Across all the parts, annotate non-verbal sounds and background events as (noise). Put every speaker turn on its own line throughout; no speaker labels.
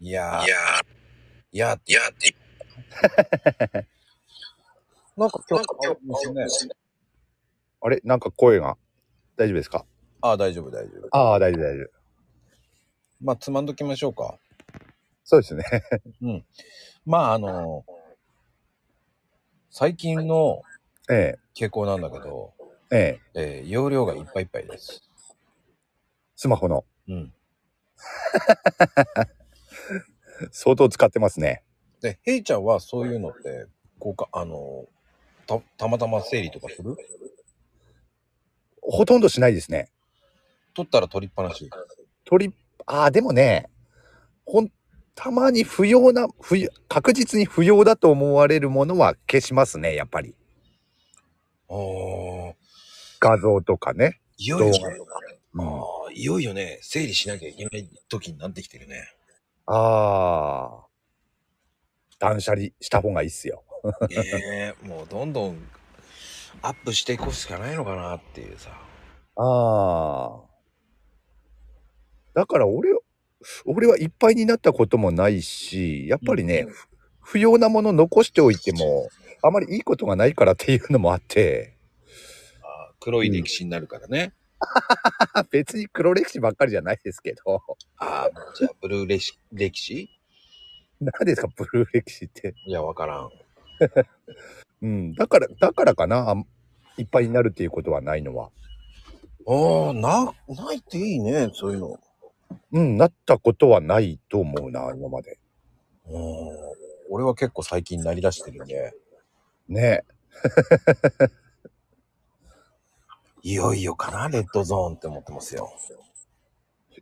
いやー
い、や
いやー、
ー、いやー
(laughs)
って、
なんか今
なん
日
か今日、
あですね
あれなんか声が。大丈夫ですか
あー、大丈夫、大丈夫。
ああ、大丈夫、大丈夫。
まあ、つまんどきましょうか。
そうですね。 (laughs)
まあ、あのー最近の
え
傾向なんだけど、
え、ええ。
えー容量がいっぱいいっぱいです。
スマホの。
うん。
相当使ってますね。
で、ヘイちゃんはそういうのって、こうか、あのーた、たまたま整理とかする
ほとんどしないですね。
取ったら取りっぱなし。
取り、ああ、でもね、ほん、たまに不要な、不要、確実に不要だと思われるものは消しますね、やっぱり。
ああ、
画像とかね。
いよいよね、
うん
ああ、いよいよね、整理しなきゃいけない時になってきてるね。
ああ。断捨離した方がいいっすよ。
ええもうどんどんアップしていくしかないのかなっていうさ。
ああ。だから俺、俺はいっぱいになったこともないし、やっぱりね、ふ不要なもの残しておいても、あまりいいことがないからっていうのもあって、 (laughs)
あー黒い歴史になるからね。
あ別に黒歴史ばっかりじゃないですけど、 (laughs)
ああ、じゃあブルーレシ歴史
何ですか、ブルー歴史って。
いや、わからん。
うん、だから、だからかな、あんいっぱいになるっていうことはないのは。
ああ、な、ないっていいね、そういうの。
うん、なったことはないと思うな、今まで。
うん。俺は結構最近なりだしてるんで、
ね
いよいよかな、レッドゾーンって思ってますよ。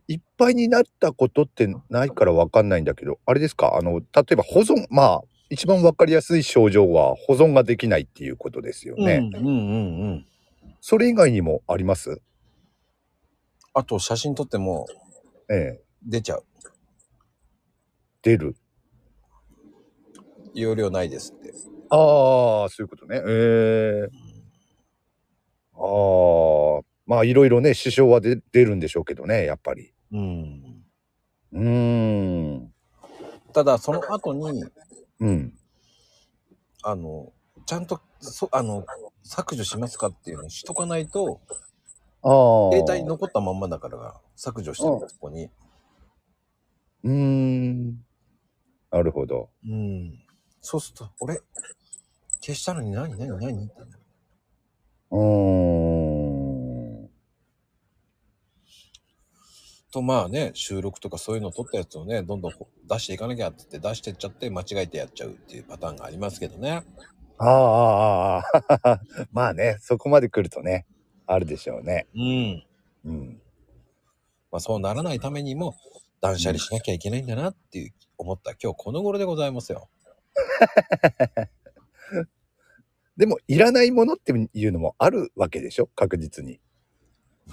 いっぱいになったことってないからわかんないんだけど、あれですかあの、例えば保存、まあ、一番わかりやすい症状は保存ができないっていうことですよ
う
ね。
んうんうんうん。
それ以外にもあります
あと、写真撮っても
ええ。
出ちゃう。
出る。
容量ないですって。
ああ、そういうことね。ええああ、まあ、いろいろね、支障は出出るんでしょうけどね、やっぱり。
うん。
うーん。
ただ、その後に、
うん。
あの、ちゃんと、そあの、削除しますかっていうのをしとかないと、
ああ。
携帯に残ったまんまだから、削除してるそこに。
うーん。なるほど。
うん。そうすると、俺、消したのに何何何って。
うーん。
と、まあね、収録とかそういうの撮ったやつをね、どんどんこう出していかなきゃって言って出してっちゃって間違えてやっちゃうっていうパターンがありますけどね。
ああ、ああ、ああ。 (laughs) まあね、そこまで来るとね、あるでしょうね。
うん。
うん。
まあそうならないためにも、断捨離しなきゃいけないんだなっていう思った今日この頃でございますよ。
でも、いらないものっていうのもあるわけでしょ確実に。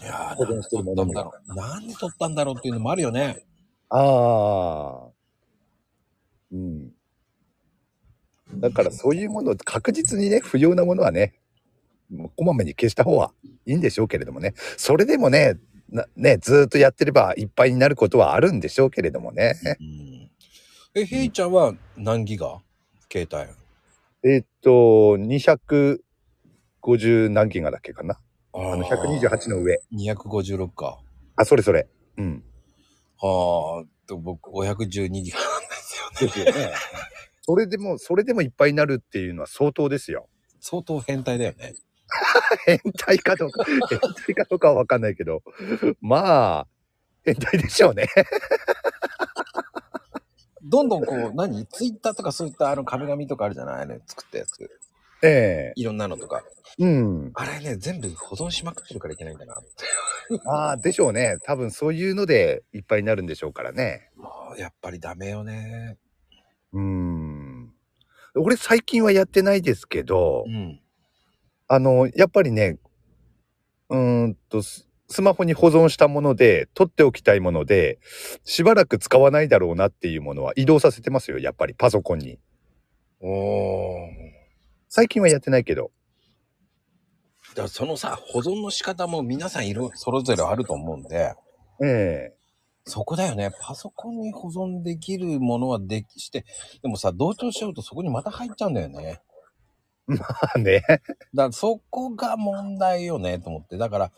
いや
保存してる
ー、
も
な
の
ん
も
で撮ったんだろう。なんで撮ったんだろうっていうのもあるよね。
ああ。うん。だから、そういうもの、確実にね、不要なものはね、もうこまめに消した方はいいんでしょうけれどもね。それでもね、なね、ずーっとやってればいっぱいになることはあるんでしょうけれどもね。
うんえ、ヘイちゃんは何ギガ携帯。
えーっと、250何ギガだっけかな
あ
あの、128の上。
の。256か。
あ、それそれ。うん。
はあ、と僕512ギガなんですよね。
ですよね。 (laughs) それでも、それでもいっぱいになるっていうのは相当ですよ。 (laughs)
相当変態だよね。
変態かどうか、変態かどうかはわかんないけど、まあ、変態でしょうね。 (laughs)
どんどんこう、何ツイッターとかそういったあの壁紙とかあるじゃないあれ作ったやつ。
ええ
いろんなのとか。
うん。
あれね、全部保存しまくってるからいけないんだなって。
ああ、でしょうね。多分そういうのでいっぱいになるんでしょうからね。
ああやっぱりダメよね。
うん。俺最近はやってないですけど、
うん。
あの、やっぱりね、うーんと、ススマホに保存したもので、取っておきたいもので、しばらく使わないだろうなっていうものは移動させてますよ、やっぱりパソコンに。
おー。
最近はやってないけど。
だからそのさ、保存の仕方も皆さんいろ、それぞれあると思うんで、
ええ
そこだよね。パソコンに保存できるものはできして、でもさ、同調しちゃうとそこにまた入っちゃうんだよね。
まあね。
だからそこが問題よね、と思って。だから、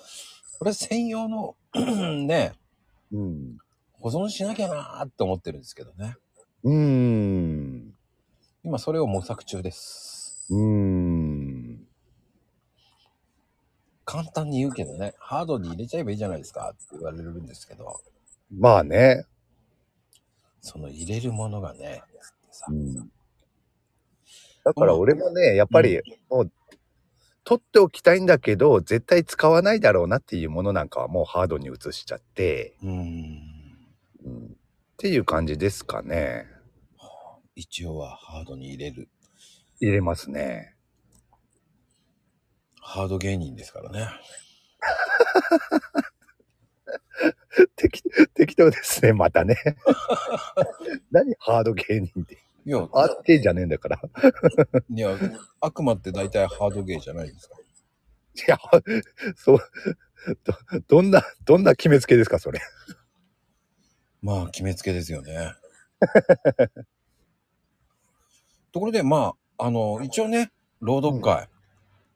これ専用の、 (clears throat) ね、
うん。
保存しなきゃなーって思ってるんですけどね。
うーん。
今それを模索中です。
うーん。
簡単に言うけどね、ハードに入れちゃえばいいじゃないですかって言われるんですけど、
まあね。
その入れるものがね、さ
うんだから俺もね、やっぱり、もう、取っておきたいんだけど、絶対使わないだろうなっていうものなんかはもうハードに移しちゃって、
うーん、
うんっていう感じですかね。
一応はハードに入れる。
入れますね。
ハード芸人ですからね。
適適当ですね、また (laughs) ね。何ハード芸人って。
いや、
あってじゃねえんだから。
いや、悪魔って大体ハード芸じゃないですか。
いや、そう、ど、どんな、どんな決めつけですか、それ。
まあ、決めつけですよね。 (laughs) ところで、まあ、あの、一応ね、朗読会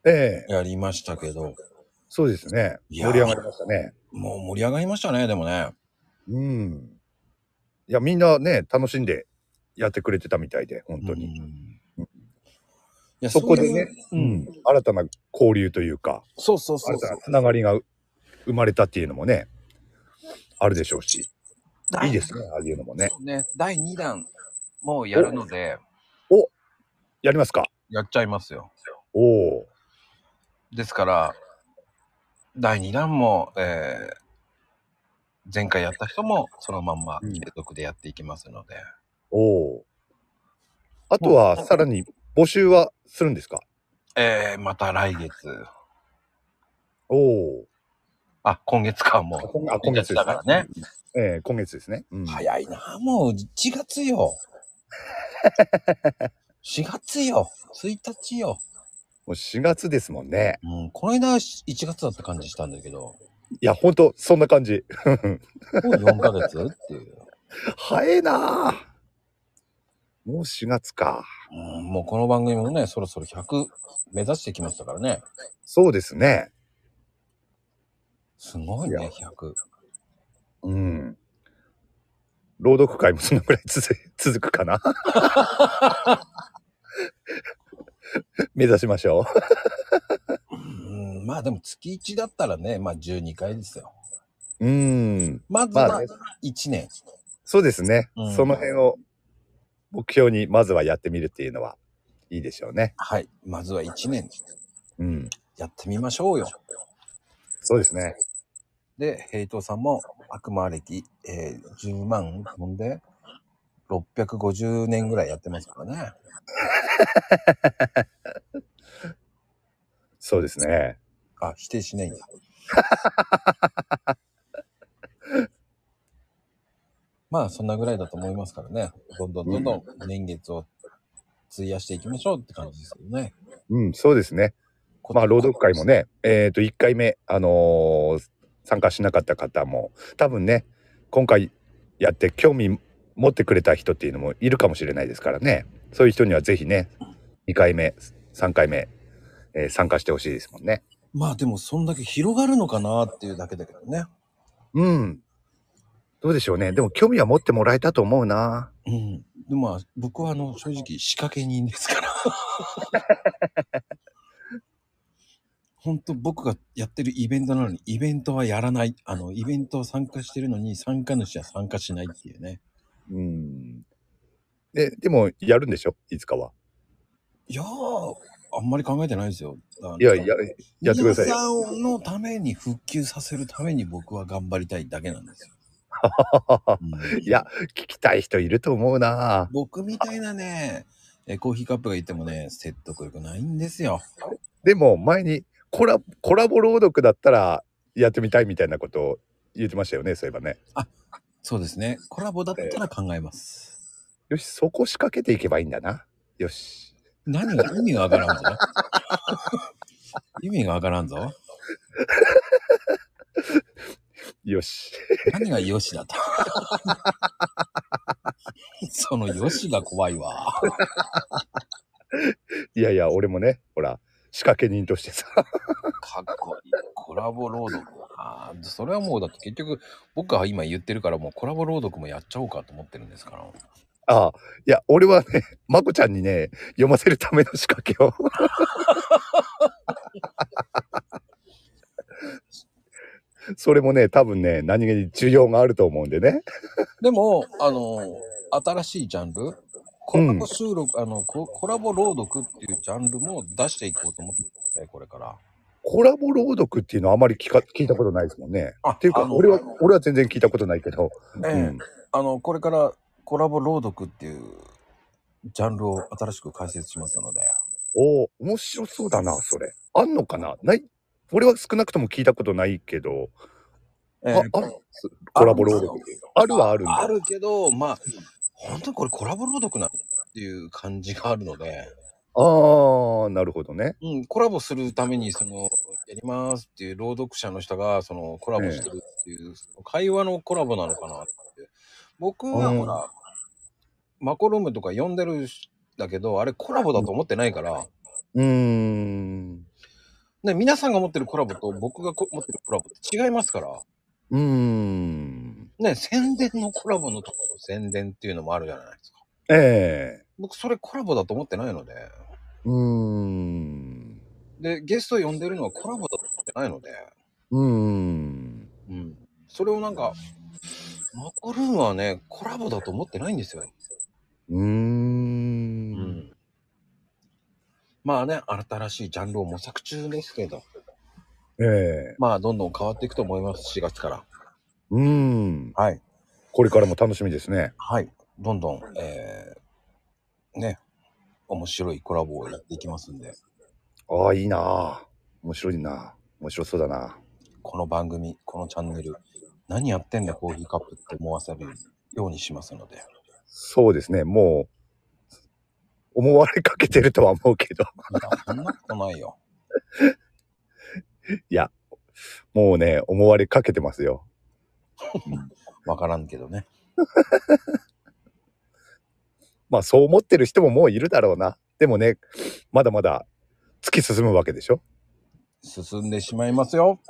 ええ
やりましたけど、
そうですね。
いや
盛り上がりましたね。
もう盛り上がりましたね、でもね。
うん。いや、みんなね、楽しんでやってくれてたみたいで、本当に。
うんいや
そこでね、
そういううん、
新たな交流というか、
そうそうそう
新た
そ
な
う。
つながりが生まれたっていうのもね、あるでしょうし、いいですね、ああいうのもね。
そうね。第2弾もやるので、
やりますか
やっちゃいますよ。
おお
ですから、第2弾も、えー前回やった人もそのまんま
うん
継続でやっていきますので、
おおあとは、さらに募集はするんですか
えーまた来月、
おお
あ、今月か、もう。
あ、今月で
だ
す
からね。。
ええ今月ですね。うん
早いな、もう1月よ。4月よ。1日よ。
もう4月ですもんね。
うん、この間1月だった感じしたんだけど、
いや、ほんと、そんな感じ。
もう4ヶ月っていう。
早えなあもう4月か。
うんもうこの番組もね、そろそろ100目指してきましたからね。
そうですね。
すごい
いや
ね、100。
うん。朗読会もそのぐらい続い (laughs) 続くか
(laughs)
な。目指しましょう。
うん、まあでも月1だったらね、まあ12回ですよ。
うん。
まず
ま
は
あね
1年。
そうですね。
うん
その辺を目標にまずはやってみるっていうのはいいでしょうね。
はい。まずは1年
うん。
やってみましょうよ。
そうですね。
で、平等さんも悪魔歴、えー10万飛んで、650年ぐらいやってますからね。
そうですね。
あ、否定しないんだ。 (laughs) まあ、そんなぐらいだと思いますからね。どんどんどんどん年月を費やしていきましょうって感じですよね。
うん、そうですね。まあ、朗読会も。ね、えっ、と、1回目、あのー参加しなかった方も、多分ね、今回やって興味持ってくれた人っていうのもいるかもしれないですからね。そういう人にはぜひね、2回目、3回目、えー参加してほしいですもんね。
まあ、でも、そんだけ広がるのかなっていうだけだけどね。
うん。どうでしょうね。でも興味は持ってもらえたと思うな。
うん。でもまあ、僕は、あの、正直、仕掛け人ですから。 (laughs) 本当僕がやってるイベントなのに、イベントはやらない。あの、イベントを参加してるのに、参加主は参加しないっていうね。
うん。で、でも、やるんでしょいつかは。
いやー、あんまり考えてないですよ。
いや、や、やってくださいよ
皆さんのために復旧させるために僕は頑張りたいだけなんですよ。うん
いや、聞きたい人いると思うな。
僕みたいなね、えコーヒーカップが言ってもね、説得力ないんですよ。
でも前にコラコラボ朗読だったらやってみたいみたいなことを言ってましたよねそういえばね
そうですね。コラボだったら考えます。
よしそこ仕掛けていけばいいんだなよし
何が、意味がわからんぞ。意味がわからんぞ。
よし。
何がよしだと。そのよしが怖いわ。
いやいや、俺もね、ほら、仕掛け人としてさ。
かっこいい。コラボ朗読ああ、それはもうだって結局僕は今言ってるからもうコラボ朗読もやっちゃおうかと思ってるんですから。
ああ、いや、俺はね、まこちゃんにね、読ませるための仕
(laughs)
掛けを。それもね、多分ね、何気に需要があると思うんでね。
でも、あの、新しいジャンル、コラボ収録、あのコ、コラボ朗読っていうジャンルも出していこうと思ってて、これから。
コラボ朗読っていうのはあまり聞か聞いたことないですもんね。
あ、
っていうか、俺は、俺は全然聞いたことないけど。
ええ
うん、
あの、これからコラボ朗読っていうジャンルを新しく解説しますので。
おお、面白そうだな、それ。あんのかなない俺は少なくとも聞いたことないけど、
え
あ
え、
あるコラボ朗読。あるはあるんだ。
あるけど、まあ、本当にこれコラボ朗読なんだっていう感じがあるので、
あー、なるほどね。
うん、コラボするために、その、やりますっていう朗読者の人が、その、コラボしてるっていう、その会話のコラボなのかなって。僕は
うん
ほら、マコルームとか呼んでるしだけど、あれコラボだと思ってないから、
うーん。
ね、皆さんが持ってるコラボと僕がこ持ってるコラボって違いますから、
うーん。
ね、宣伝のコラボのところの宣伝っていうのもあるじゃないですか。
ええ
僕、それコラボだと思ってないので、
うーん。
で、ゲストを呼んでるのはコラボだと思ってないので、
うーん。
うん。それをなんか、マコルームはね、コラボだと思ってないんですよ。
うー。。
うんまあね、新しいジャンルを模索中ですけど、
ええ
まあ、どんどん変わっていくと思います、4月から。
うーん。
はい。
これからも楽しみですね。
はい。どんどん、えー、ね、面白いコラボをやっていきますんで、
ああ、いいなあ面白いなあ面白そうだな
この番組、このチャンネル、何やってんだ、コーヒーカップって思わせるようにしますので。
そうですね。もう、思われかけてるとは思うけど。
いや、そんなことないよ。
いや、もうね、思われかけてますよ。
わからんけどね。
まあ、そう思ってる人ももういるだろうな。でもね、まだまだ突き進むわけでしょ
進んでしまいますよ。